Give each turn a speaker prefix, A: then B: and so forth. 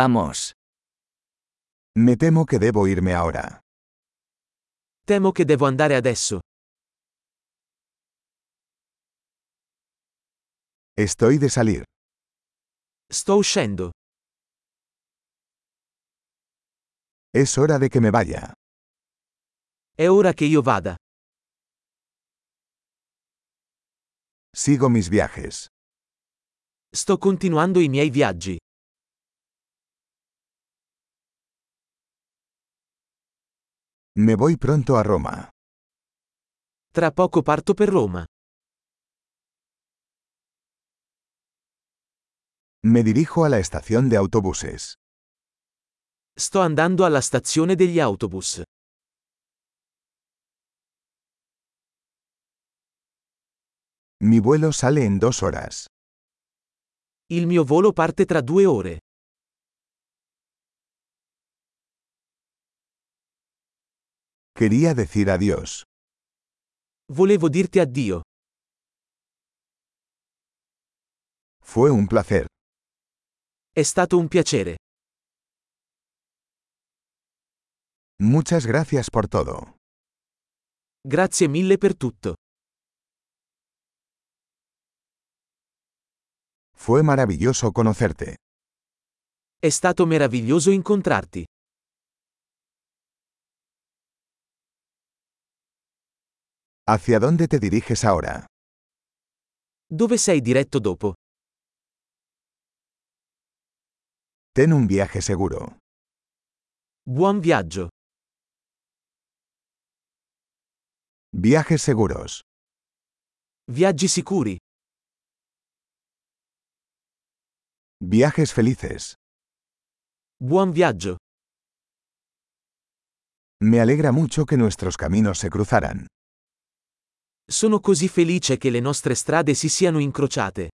A: Vamos.
B: Me temo que debo irme ahora.
C: Temo che devo andare adesso.
B: Estoy de salir.
C: Sto uscendo.
B: Es hora de que me vaya.
C: È ora che io vada.
B: Sigo mis viajes.
C: Sto continuando i miei viaggi.
B: Me voy pronto a Roma.
C: Tra poco parto per Roma.
B: Me dirijo a la estación de autobuses.
C: Sto andando alla stazione degli autobus.
B: Mi vuelo sale en dos horas.
C: Il mio volo parte tra due ore.
B: Quería decir adiós.
C: Volevo dirti addio.
B: Fue un placer.
C: È stato un piacere.
B: Muchas gracias por todo.
C: Grazie mille per tutto.
B: Fue maravilloso conocerte.
C: È stato meraviglioso incontrarti.
B: ¿Hacia dónde te diriges ahora?
C: Dove sei diretto dopo?
B: Ten un viaje seguro.
C: Buon viaggio.
B: Viajes seguros.
C: Viaggi sicuri.
B: Viajes felices.
C: Buon viaggio.
B: Me alegra mucho que nuestros caminos se cruzaran.
C: Sono così felice che le nostre strade si siano incrociate.